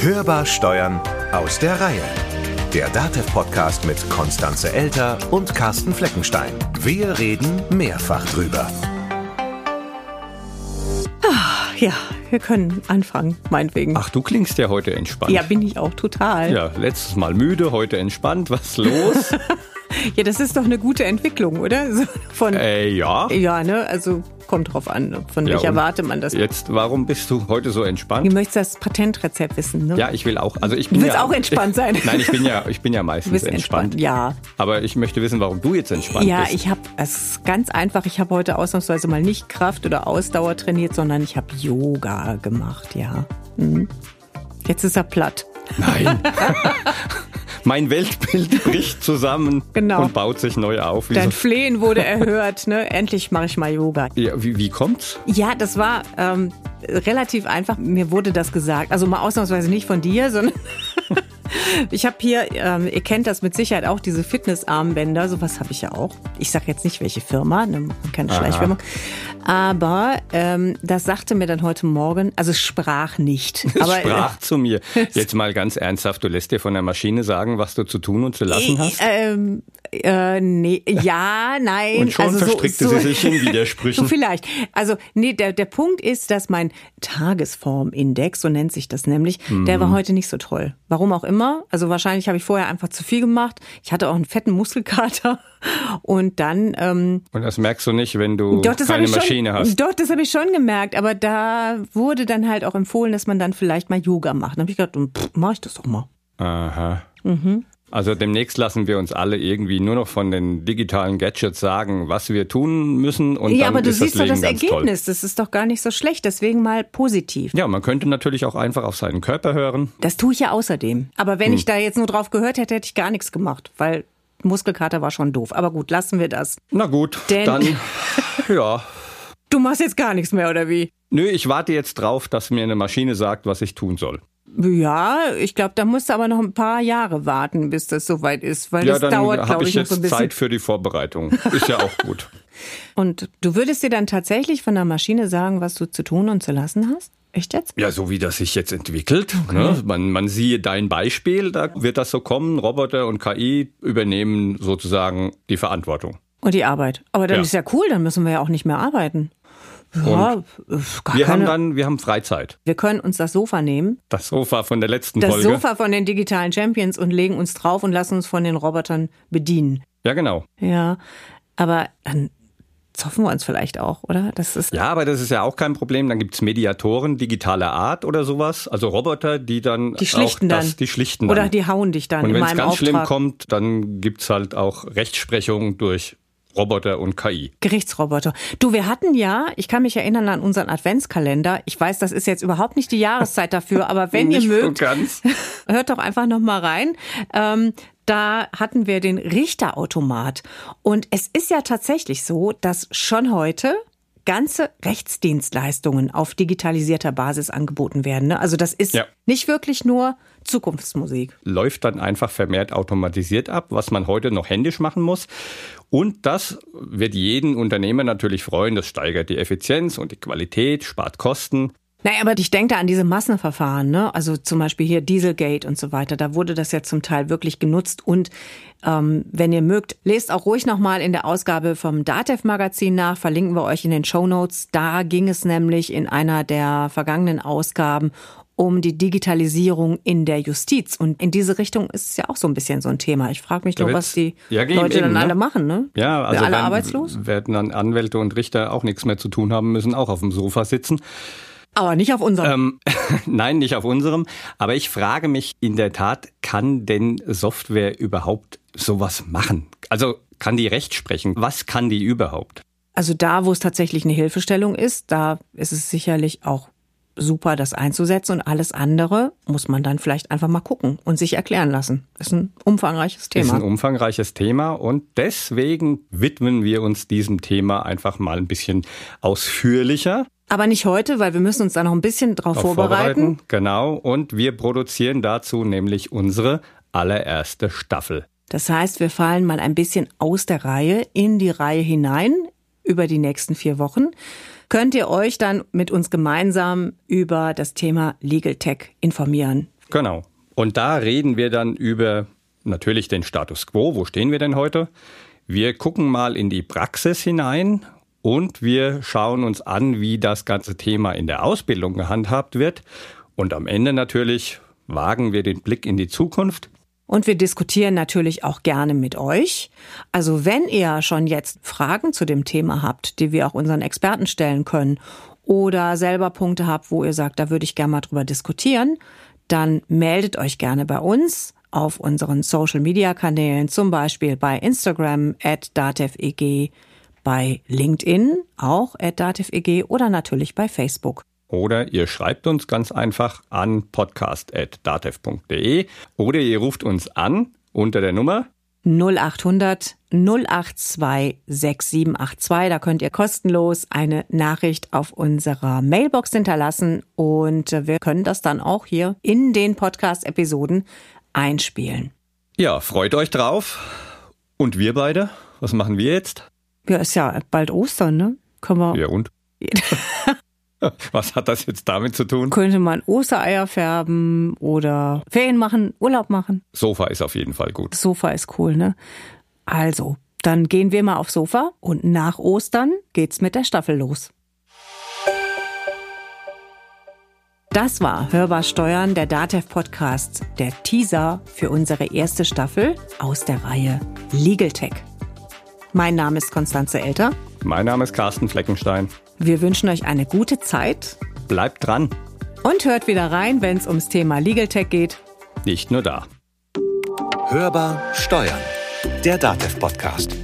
Hörbar Steuern aus der Reihe. Der DATEV-Podcast mit Konstanze Elter und Carsten Fleckenstein. Wir reden mehrfach drüber. Ach, ja, wir können anfangen, meinetwegen. Ach, du klingst ja heute entspannt. Ja, bin ich auch total. Ah, Ja, letztes Mal müde, heute entspannt. Was los? Ja, das ist doch eine gute Entwicklung, oder? So Von, äh, ja. ja, ne? Also kommt drauf an, ne? von Ja, welcher und Warte man das. Jetzt, warum bist du heute so Du entspannt? möchtest das Patentrezept wissen, ne? Ja, ich will auch. Also ich bin willst ja, auch entspannt sein. Nein, ich bin ja, ich bin ja Du meistens bist entspannt. Ja, Aber ich möchte wissen, warum du jetzt entspannt ja, bist. ich habe es ist ganz einfach. Ich habe heute ausnahmsweise mal nicht Kraft oder Ausdauer trainiert, sondern ich habe Yoga gemacht. Ja, Mhm. jetzt ist er platt. Nein. mein Weltbild bricht zusammen Genau. und baut sich neu auf. Wie, Dein so, Flehen wurde erhört. Ne, endlich mache ich mal Yoga. ja, wie, wie kommt's? Ja, das war ähm, relativ einfach. Mir wurde das gesagt. Also mal ausnahmsweise nicht von dir, sondern ich habe hier, ähm, ihr kennt das mit Sicherheit auch, diese Fitnessarmbänder. Sowas habe ich ja auch. Ich sage jetzt nicht, welche Firma, ne, machen keine Schleichwerbung. Aber ähm, das sagte mir dann heute Morgen, also es sprach nicht. Es Aber, sprach zu mir. Jetzt mal ganz ernsthaft, du lässt dir von der Maschine sagen, was du zu tun und zu lassen hast? Äh, ähm, äh, nee, ja, nein. Und schon also so- verstrickte so, sie sich in Widersprüchen. So vielleicht. Also, nee, der, der Punkt ist, dass mein Tagesformindex, so nennt sich das nämlich, der Mhm. war heute nicht so toll. Warum auch immer. Also wahrscheinlich habe ich vorher einfach zu viel gemacht. Ich hatte auch einen fetten Muskelkater. Und dann, ähm, Und das merkst du nicht, wenn du doch, das habe keine ich schon, Maschine hast. doch, das habe ich schon gemerkt. Aber da wurde dann halt auch empfohlen, dass man dann vielleicht mal Yoga macht. Dann habe ich gedacht, hm, pff, mach ich das doch mal. Aha. Mhm. Also demnächst lassen wir uns alle irgendwie nur noch von den digitalen Gadgets sagen, was wir tun müssen und ja, dann aber du ist siehst das doch Leben das ganz Ergebnis. Das ist doch gar nicht so schlecht. Deswegen mal positiv. toll. Ja, man könnte natürlich auch einfach auf seinen Körper hören. Das tue ich ja außerdem. Aber Hm. wenn ich da jetzt nur drauf gehört hätte, hätte ich gar nichts gemacht, weil Muskelkater war schon doof. Aber gut, lassen wir das. Na gut, Denn- dann ja. Du machst jetzt gar nichts mehr, oder wie? Nö, ich warte jetzt drauf, dass mir eine Maschine sagt, was ich tun soll. Ja, ich glaube, da musst du aber noch ein paar Jahre warten, bis das soweit ist, weil ja, das dann dauert, habe glaube ich, ich, noch jetzt so ein bisschen. Zeit für die Vorbereitung. Ist ja auch gut. Und du würdest dir dann tatsächlich von der Maschine sagen, was du zu tun und zu lassen hast? Echt jetzt? Ja, so wie das sich jetzt entwickelt. Ne? Man, man siehe dein Beispiel, da wird das so kommen. Roboter und KI übernehmen sozusagen die Verantwortung. Und die Arbeit. Aber dann Ja. ist ja cool, dann müssen wir ja auch nicht mehr arbeiten. Ja, äh, gar Wir haben keine. dann, wir haben Freizeit. wir können uns das Sofa nehmen Das Sofa von der letzten das Folge. Sofa von den digitalen Champions und legen uns drauf und lassen uns von den Robotern bedienen. Ja, genau. Ja, aber dann zoffen wir uns vielleicht auch, oder? Das ist Ja, aber das ist ja auch kein Problem. Dann gibt's Mediatoren digitaler Art oder sowas. Also Roboter, die dann die schlichten auch dann. das, die schlichten oder dann. die hauen dich dann und in wenn es meinem ganz Auftrag. schlimm kommt, dann gibt's halt auch Rechtsprechung durch Roboter und KI. Gerichtsroboter. Du, wir hatten ja, ich kann mich erinnern an unseren Adventskalender. Ich weiß, das ist jetzt überhaupt nicht die Jahreszeit dafür, aber wenn ihr Nicht so mögt, ganz. hört doch einfach noch mal rein. Ähm, da hatten wir den Richterautomat. Und es ist ja tatsächlich so, dass schon heute ganze Rechtsdienstleistungen auf digitalisierter Basis angeboten werden. ne? Also das ist Ja. nicht wirklich nur Zukunftsmusik. läuft dann einfach vermehrt automatisiert ab, was man heute noch händisch machen muss. Und das wird jeden Unternehmer natürlich freuen. Das steigert die Effizienz und die Qualität, spart Kosten. Naja, aber ich denke da an diese Massenverfahren, ne? Also zum Beispiel hier Dieselgate und so weiter. Da wurde das ja zum Teil wirklich genutzt. Und ähm, wenn ihr mögt, lest auch ruhig nochmal in der Ausgabe vom DATEV-Magazin nach. Verlinken wir euch in den Show Notes. Da ging es nämlich in einer der vergangenen Ausgaben um die Digitalisierung in der Justiz. Und in diese Richtung ist es ja auch so ein bisschen so ein Thema. Ich frage mich doch, wird's- was die Ja, eben, Leute dann eben, ne? alle machen, ne? Ja, also alle werden- arbeitslos? werden dann Anwälte und Richter auch nichts mehr zu tun haben müssen, auch auf dem Sofa sitzen. Aber nicht auf unserem. Ähm, nein, nicht auf unserem. Aber ich frage mich in der Tat, kann denn Software überhaupt sowas machen? Also kann die Recht sprechen? Was kann die überhaupt? Also da, wo es tatsächlich eine Hilfestellung ist, da ist es sicherlich auch super, das einzusetzen. Und alles andere muss man dann vielleicht einfach mal gucken und sich erklären lassen. Ist ein umfangreiches Ist ein um- Thema. umfangreiches Thema und deswegen widmen wir uns diesem Thema einfach mal ein bisschen ausführlicher. Aber nicht heute, weil wir müssen uns da noch ein bisschen drauf Auf vorbereiten. Genau. Und wir produzieren dazu nämlich unsere allererste Staffel. Das heißt, wir fallen mal ein bisschen aus der Reihe in die Reihe hinein über die nächsten vier Wochen. Könnt ihr euch dann mit uns gemeinsam über das Thema Legal Tech informieren? Genau. Und da reden wir dann über natürlich den Status quo, wo stehen wir denn heute? Wir gucken mal in die Praxis hinein und wir schauen uns an, wie das ganze Thema in der Ausbildung gehandhabt wird. Und am Ende natürlich wagen wir den Blick in die Zukunft. Und wir diskutieren natürlich auch gerne mit euch. Also wenn ihr schon jetzt Fragen zu dem Thema habt, die wir auch unseren Experten stellen können, oder selber Punkte habt, wo ihr sagt, da würde ich gerne mal drüber diskutieren, dann meldet euch gerne bei uns auf unseren Social-Media-Kanälen, zum Beispiel bei Instagram at datev.eg bei LinkedIn, auch datev.eg oder natürlich bei Facebook. Oder ihr schreibt uns ganz einfach an podcast.datev.de oder ihr ruft uns an unter der Nummer 0800 082 6782. Da könnt ihr kostenlos eine Nachricht auf unserer Mailbox hinterlassen und wir können das dann auch hier in den Podcast-Episoden einspielen. Ja, freut euch drauf. Und wir beide, was machen wir jetzt? Ja, ist ja bald Ostern, ne? Können wir. Ja, und? Was hat das jetzt damit zu tun? Könnte man Ostereier färben oder Ferien machen, Urlaub machen. Sofa ist auf jeden Fall gut. Das Sofa ist cool, ne? Also, dann gehen wir mal aufs Sofa und nach Ostern geht's mit der Staffel los. Das war Hörbar Steuern, der DATEV Podcast, der Teaser für unsere erste Staffel aus der Reihe Legal Tech. Mein Name ist Konstanze Elter. Mein Name ist Carsten Fleckenstein. Wir wünschen euch eine gute Zeit Bleibt dran, und hört wieder rein, wenn es ums Thema Legal Tech geht. nicht nur da. Hörbar Steuern. Der Datev Podcast.